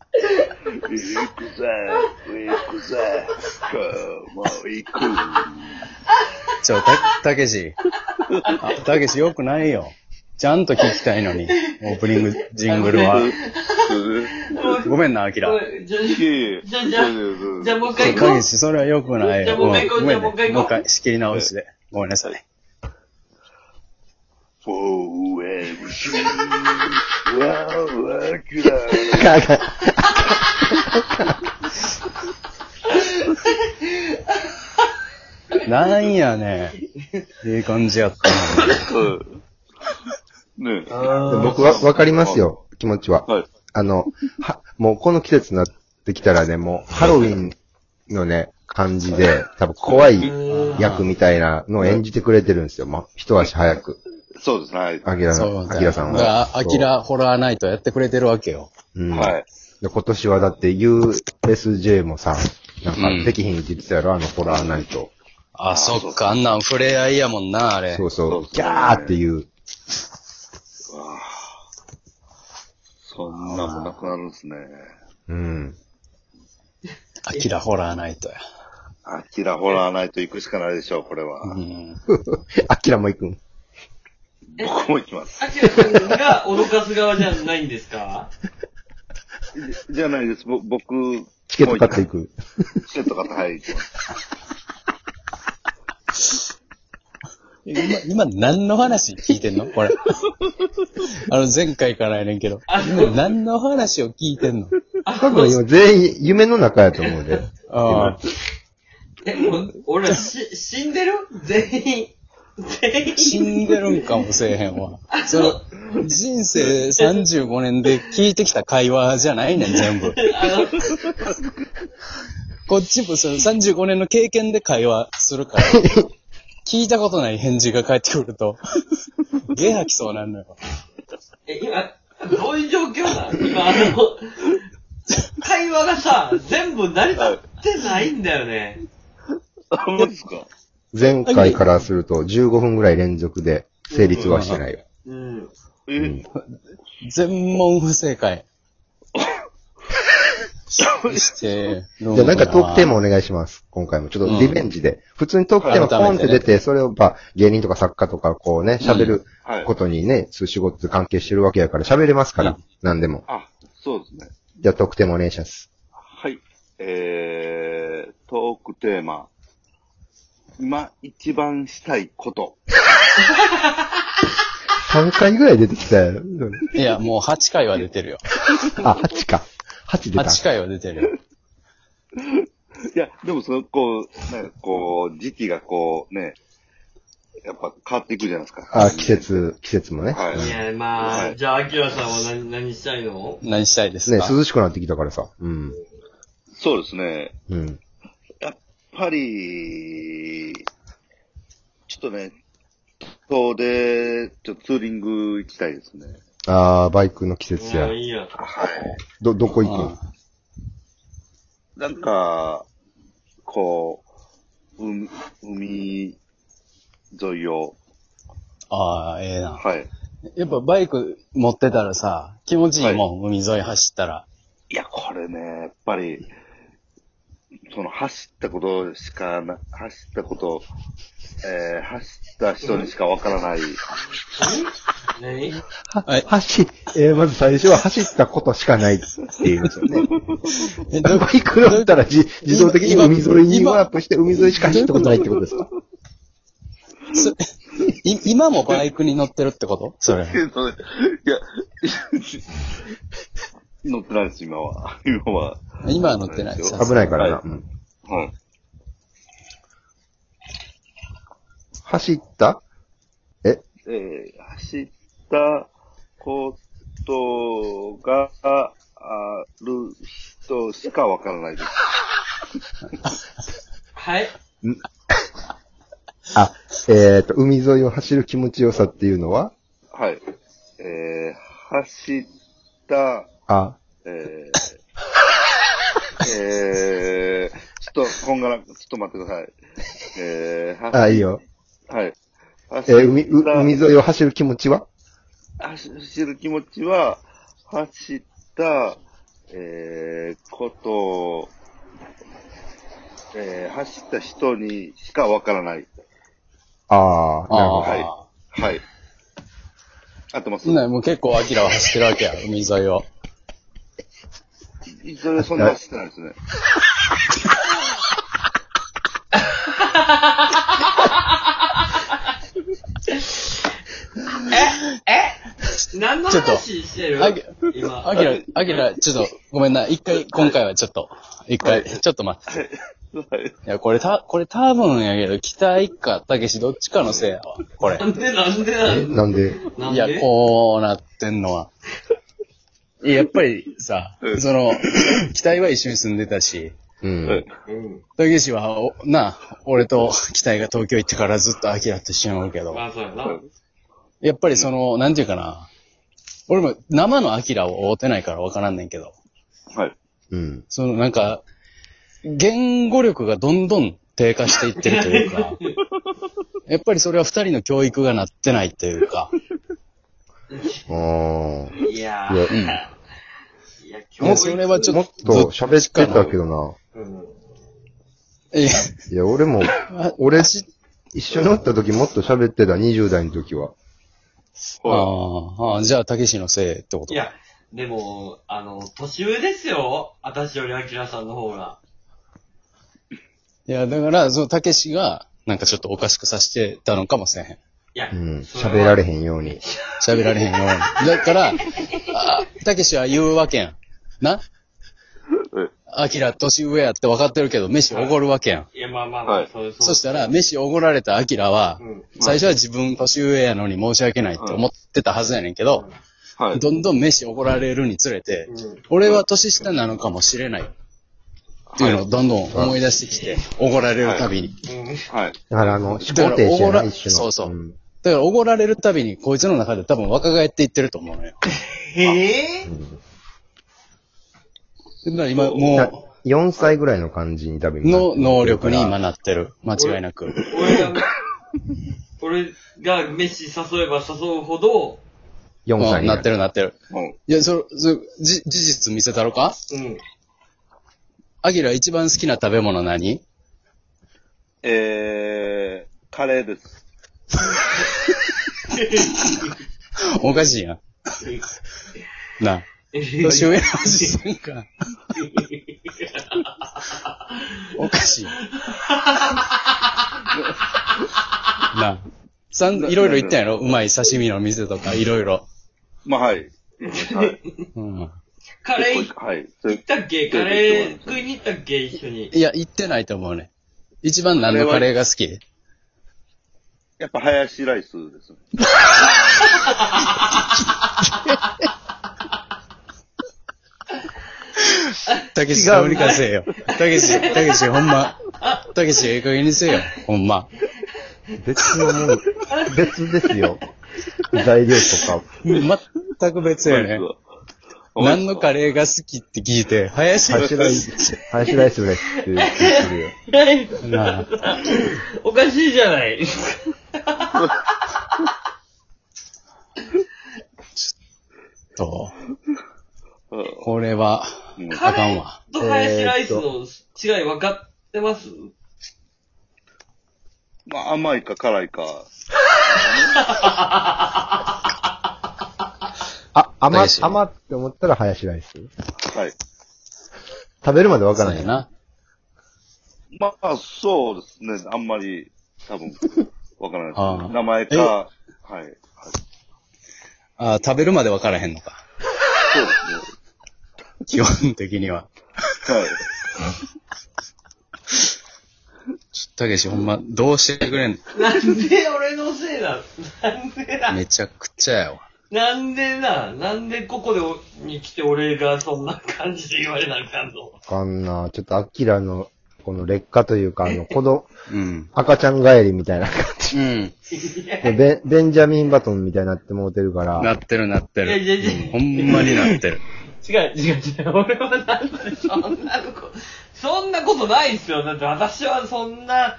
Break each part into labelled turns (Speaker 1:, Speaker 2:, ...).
Speaker 1: 行くぜ、行くぜ、今日も行く。
Speaker 2: ちょ、た、たけし。あたけしよくないよ。ちゃんと聞きたいのに、オープニング、ジングルは。ごめんな、アキラ。
Speaker 3: じゃ
Speaker 1: いえいえ
Speaker 3: じゃじゃあ、じゃあもう一回行こ
Speaker 2: た
Speaker 3: う
Speaker 2: け。し、それは良くない
Speaker 3: じ
Speaker 2: よ。
Speaker 3: ゃあもう一回行こう
Speaker 2: ごめんね
Speaker 3: じゃあもう一回行こう
Speaker 2: もう一回仕切り直しで。ごめんなさい。
Speaker 1: 4MC、ワンワキラ
Speaker 2: なんやねん。いい感じやったのに。
Speaker 1: ねえ、
Speaker 4: 僕は、わかりますよ、気持ちは。
Speaker 1: はい。
Speaker 4: あの、は、もうこの季節になってきたらね、もうハロウィンのね、感じで、多分怖い役みたいなのを演じてくれてるんですよ。もう一足早く。
Speaker 1: そうですね、はい。
Speaker 4: アキラ
Speaker 2: そう
Speaker 4: の、
Speaker 2: だ
Speaker 4: ア
Speaker 2: よ
Speaker 4: キラさん
Speaker 2: だから
Speaker 4: は。
Speaker 2: あアキラホラーナイトやってくれてるわけよ。
Speaker 4: うん。
Speaker 1: はい。
Speaker 4: で今年はだって USJ もさ、なんかできひんって言ってたやろ、あのホラーナイト。
Speaker 2: あ、そっか。あんなん触れ合いやもんな、あれ
Speaker 4: そ。うそう
Speaker 1: そ、う
Speaker 4: ギャーっていう。
Speaker 1: そんなもんなくなるんですね。
Speaker 4: うん。
Speaker 2: アキラホラーナイトや。
Speaker 1: あきらほらないと行くしかないでしょう、これは。
Speaker 2: うん。
Speaker 4: アキラも行くん。
Speaker 1: 僕も行きます。
Speaker 3: アキラさんが脅かす側じゃないんで すか
Speaker 1: じじゃないです。ぼ僕、
Speaker 4: チケット買っていく。
Speaker 1: チケット買って、はい、行きます。
Speaker 2: 今、今何の話聞いてんの これ。あの、前回からやねんけど。
Speaker 3: あ
Speaker 2: 今何の話を聞いてんの
Speaker 4: 多分今全員夢の中やと思うで。
Speaker 2: ああ。
Speaker 3: え、もう、俺らし、死んでる全員。全員。
Speaker 2: 死んでるんかもせえへんわ。その、人生35年で聞いてきた会話じゃないねん、全部。
Speaker 3: あの、
Speaker 2: こっちもその35年の経験で会話するから、聞いたことない返事が返ってくる と、ゲー吐きそうなんのよ。
Speaker 3: え、今、どういう状況なん今、あの、会話がさ、全部成り立ってないんだよね。
Speaker 1: あ、マジですか
Speaker 4: 前回からすると15分ぐらい連続で成立はしてないよ。
Speaker 3: うん。
Speaker 1: え、
Speaker 2: 全問不正解。してる
Speaker 4: じゃあなんかトークテー
Speaker 2: も
Speaker 4: マお願いします。今回も。ちょっ
Speaker 2: うん
Speaker 4: とリベンジで。普通にトークテーマポンって出て、それをやっぱ芸人とか作家とかこうね、喋る
Speaker 1: はい
Speaker 4: こ。とにね、そういう仕事と関係してるわけやから喋れますか
Speaker 2: う
Speaker 4: ら。何でも。
Speaker 1: あ、そうですね。
Speaker 4: じゃあトークテーマお願いします。
Speaker 1: はい。えー、トークテーマ。今一番したいこと。
Speaker 4: 3回ぐらい出てきたよ。
Speaker 2: いや、もう8回は出てるよ。
Speaker 4: あ、8か。8出た。
Speaker 2: 8回は出てるよ。
Speaker 1: いや、でもその、こう、ね、こう、時期がこう、ね、やっぱ変わっていくじゃないですか。
Speaker 4: あ、季。節、季節もね。
Speaker 1: はい。
Speaker 3: いや、ま
Speaker 1: は
Speaker 3: あ、
Speaker 1: い
Speaker 3: じゃあ、アキラさんは何、何したいの
Speaker 2: 何したいです
Speaker 4: ね、
Speaker 2: か、
Speaker 4: 涼しくなってきたからさ。うん。
Speaker 1: そうですね。
Speaker 4: うん。
Speaker 1: やっぱり、ちょっとね、遠出、ちょっとツーリング行きたいですね。
Speaker 4: あー、バイクの季節や
Speaker 3: もう。いいよ。
Speaker 4: ど、どこ行く
Speaker 2: うん
Speaker 4: ん
Speaker 1: なんか、こう、海、海沿いを、
Speaker 2: ああ、ええな。
Speaker 1: はい。
Speaker 2: やっぱバイク持ってたらさ、気持ちいいもん、海沿い走ったら。
Speaker 1: いや、これね、やっぱり、その走ったことしかな、走ったこと、えー、走った人にしかわから ない、
Speaker 3: 何
Speaker 2: はい
Speaker 4: 走、えーまず最初は走ったことしかないって言いますよ ね。
Speaker 2: え、
Speaker 4: ど
Speaker 2: ど
Speaker 4: こ行くのだったらじ自動的に海沿いにワープして海沿いしか走ったことないってことですか
Speaker 2: そい今もバイクに乗ってるってことそれ。
Speaker 1: それいや、乗ってないです、今は。今は。
Speaker 2: 今は乗ってないです。
Speaker 4: 危ないからな、
Speaker 1: はい
Speaker 4: うん
Speaker 1: うん。
Speaker 4: 走った
Speaker 1: えー、走ったことがある人しかわからないです。
Speaker 3: はい。
Speaker 4: あ、えっ、と、海沿いを走る気持ちよさっていうのは
Speaker 1: はい。えー、走った、
Speaker 4: あ、
Speaker 1: えー、 えー、ちょっと、こんがら、ちょっと待ってください。えー、は、
Speaker 4: あ、いいよ。
Speaker 1: はい。
Speaker 4: えー海、う海沿いを走る気持ちは
Speaker 1: 走る気持ちは、走った、えー、ことを、えー、走った人にしかわからない。
Speaker 4: ああ、なるほど。
Speaker 1: はい。はい。合ってます
Speaker 2: そんなんもう結構アキラは走ってるわけや、海沿いを。
Speaker 1: それそんな走ってないですね。
Speaker 3: 何の話してる
Speaker 2: あき
Speaker 3: 今。
Speaker 2: アキラ、アキラ、ちょっと、ごめんな。一回、今回はちょっと、一回、ちょっと待って。
Speaker 1: はい
Speaker 2: いや、これた、これ多分やけど、北一か、たけし、どっちかのせいやわ。これ
Speaker 3: な。んでなんでな
Speaker 4: え
Speaker 3: んで
Speaker 4: なんで、
Speaker 3: なん
Speaker 2: い
Speaker 3: で
Speaker 2: や、こうなってんのは。 いややっぱりさ
Speaker 1: う、ん
Speaker 2: その、 期待は一緒に住んでたし、
Speaker 4: うん。
Speaker 3: うん。
Speaker 2: たけしは、おな、俺と期待が東京行ってからずっとアキラと一緒におるけど、
Speaker 3: まあ、そうやな。
Speaker 2: やっぱりその、なんていうかな、俺も生のアキラを追ってないからわからんねんけど、
Speaker 1: はい。
Speaker 4: うん。
Speaker 2: そのなんか、言語力がどんどん低下していってるという か、やっぱりそれは二人の教育がなってないというか、
Speaker 4: ああ。
Speaker 3: いや
Speaker 4: いや
Speaker 3: ー。いや、
Speaker 2: いやそれはちょ
Speaker 4: も
Speaker 2: っ
Speaker 4: っと喋ってたけどな。
Speaker 3: うん。
Speaker 2: と、いや、
Speaker 4: いや、俺も、
Speaker 2: あ
Speaker 4: 俺、一緒におった時もっと喋ってた、20代の時は。
Speaker 1: は
Speaker 2: ああ、じゃあ、たけしのせいってこと
Speaker 3: いや、でも、あの、年上ですよ。私よりアキラさんの方が。
Speaker 2: いや、だから、その、たけしが、なんかちょっとおかしくさせてたのかもしれへん。
Speaker 3: いや、
Speaker 4: うん。
Speaker 3: そは
Speaker 4: 喋られへんように。
Speaker 2: 喋られへんように。だから、あたけしは言うわけやん。な
Speaker 1: うん
Speaker 2: あきら年上やって分かってるけど、飯おごるわけやん。
Speaker 3: いや、まあまあまあ、
Speaker 1: はい
Speaker 3: そうそう。
Speaker 2: そしたら、飯おごられたあきらは
Speaker 3: う、ん。
Speaker 2: 最初は自分年上やのに申し訳ないって思ってたはずやねんけど、
Speaker 1: い。
Speaker 2: どんどん飯おごられるにつれて、俺は年下なのかもしれない。っていうのをどんどん思い出してきて、おごられるたびに。
Speaker 1: はい。
Speaker 4: だから、あの、思考停止
Speaker 2: だか
Speaker 4: や
Speaker 2: らおごら
Speaker 4: な、一種の。
Speaker 2: そうそうんだから、おごられるたびに、こいつの中で多分若返っていってると思うのよ。
Speaker 3: へえ
Speaker 2: だから今、
Speaker 4: な
Speaker 2: も
Speaker 4: 4歳ぐらいの感じに多分
Speaker 2: う、の能力に今
Speaker 4: な。
Speaker 2: なってる。間違いなく。
Speaker 3: 俺が、俺が飯誘えば誘うほど、
Speaker 4: 4
Speaker 2: う
Speaker 4: 歳
Speaker 2: ん
Speaker 4: に
Speaker 2: なって
Speaker 4: る。
Speaker 2: るなってる。
Speaker 1: うん。
Speaker 2: いや、そ、そ、じ、事実見せたろか
Speaker 3: うん。
Speaker 2: アキラ一番好きな食べ物何
Speaker 1: えー、カレーです。
Speaker 2: おかしいやん。なあ。年上のおじさんか。おかしい。なあ。さん、いろいろ言ったんやろうまい刺身の店とか、いろいろ。
Speaker 1: まあ、はい。はい。
Speaker 2: うん。
Speaker 3: カレー行
Speaker 1: はい。それ
Speaker 3: ったっけカレー食いに行ったっけ一緒に。
Speaker 2: いや、行ってないと思うね。一番何のカレーが好き
Speaker 1: やっぱ、ハヤシライスですね。
Speaker 2: たけし、どうにかせえよ。たけし、たけし、ほんま。たけし、ええ加減にせえよ。ほんま。
Speaker 4: 別のもの、別ですよ。材料と か。
Speaker 2: 全く別やね。何のカ
Speaker 1: レ
Speaker 2: レーが好きって聞いて、林
Speaker 4: ハヤシライス、ハヤシライスぐらいって言ってるよ。
Speaker 2: なあ
Speaker 3: おかしいじゃない。
Speaker 2: と、
Speaker 1: ーう
Speaker 2: これは、
Speaker 1: ん
Speaker 2: あかんわ。
Speaker 3: とハヤシライスの違い分かってます
Speaker 1: まあ、甘いか辛いか。
Speaker 4: あ、甘
Speaker 2: 大、事
Speaker 4: 甘って思ったらハヤシライス。
Speaker 1: はい。
Speaker 4: 食べるまでわか
Speaker 2: そ
Speaker 4: ら
Speaker 2: う
Speaker 4: な
Speaker 2: や
Speaker 4: い。
Speaker 2: な。
Speaker 1: まあ、そうですね。あんまり、多分、わからないです、
Speaker 2: ああ
Speaker 1: 名前か、はい。はい、
Speaker 2: あ食べるまで分からへんのか。
Speaker 1: そうで
Speaker 2: 基本的には。
Speaker 1: すね。はい。
Speaker 2: ちょたけし、ほんま、どうしてくれん
Speaker 3: なんで俺のせいだなんで
Speaker 2: の
Speaker 3: な
Speaker 2: めちゃくちゃやわ。
Speaker 3: なんでななんでここでおに来て俺がそんな感じで言われなあかんの
Speaker 4: わかんな。ちょっとアキラの、この劣化というか、あの、子供、
Speaker 2: うん。
Speaker 4: 赤ちゃん帰りみたいな感
Speaker 2: うん。
Speaker 4: じ。ベン、ベンジャミンバトンみたいになってもうてるから。
Speaker 2: なってるなって
Speaker 3: いやいやいや
Speaker 2: る。ほんまになってる。
Speaker 3: 違う違う違う。俺はなんでそんなこと、そんなことないっすよ。だって私はそんな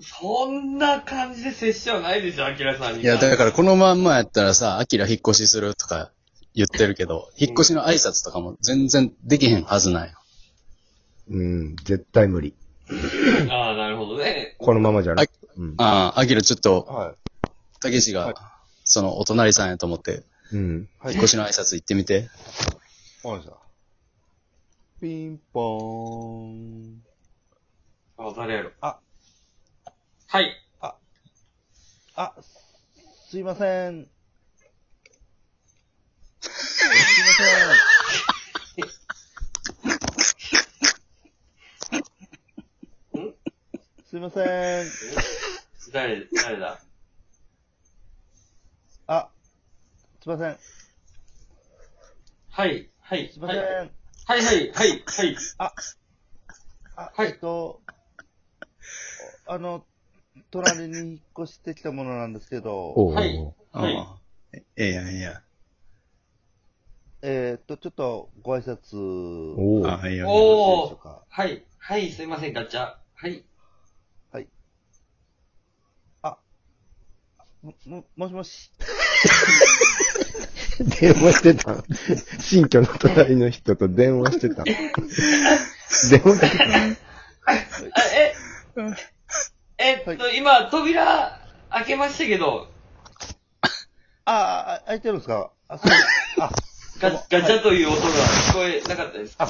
Speaker 3: そんな感じで接しちゃうないでしょ、アキラさんに。
Speaker 2: いや、だからこのまんまやったらさ、アキラ引っ越しするとか言ってるけど、引っ越しの挨拶とかも全然できへんはずなんよ。
Speaker 4: うん、絶対無理。
Speaker 3: ああ、なるほどね。
Speaker 4: このままじゃ
Speaker 2: あ
Speaker 4: な。うん。
Speaker 2: ああ、アキラちょっと、
Speaker 1: は
Speaker 2: たけし
Speaker 1: はい
Speaker 2: が、そのお隣さんやと思って、
Speaker 4: うん。
Speaker 1: い。はい。
Speaker 2: 引っ越しの挨拶行ってみて。
Speaker 1: わかりました。ピンポーン。
Speaker 3: あ、誰やろ。
Speaker 1: あ。
Speaker 3: はい。
Speaker 1: あ、すいません。すいません。すいません。
Speaker 3: 誰、誰だ
Speaker 1: あ、すいません。
Speaker 3: はい、はい、
Speaker 1: すいま
Speaker 3: は
Speaker 1: せ
Speaker 3: い。
Speaker 1: ん。
Speaker 3: はい、はい、はい、はい。
Speaker 1: あ、
Speaker 3: はい
Speaker 1: えっと、あの、隣に引っ越してきたものなんですけど、
Speaker 4: おう
Speaker 3: はいはい
Speaker 2: ああええやん、ええやん。
Speaker 1: えっと、ちょっとご挨拶よ
Speaker 4: おう
Speaker 2: ああ、ええやん。
Speaker 3: お
Speaker 1: ろしいでしょうか。
Speaker 3: はい、はい、すいません、ガチャ。はい。
Speaker 1: も、も、もしもし。
Speaker 4: 電話してたん。新居の隣の人と電話 してたん。電話してたん。
Speaker 3: あ、え、えっと、今、扉開けましたけど、
Speaker 1: ああ、開いてるんですかあ、そう。あ、
Speaker 3: ガガチャという音が聞こえなかったですか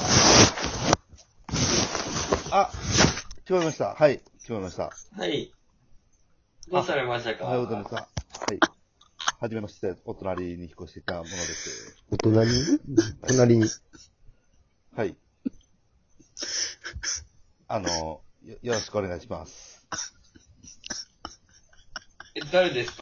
Speaker 1: あ、聞こえました。はい、聞こえました。
Speaker 3: はい。どうされました
Speaker 1: お
Speaker 3: か
Speaker 1: はようございます。はい。はじめまして、お隣に引っ越してきたものです。
Speaker 4: お隣に隣に。
Speaker 1: はい。あの、よ、よろしくお願いします。
Speaker 3: え誰ですか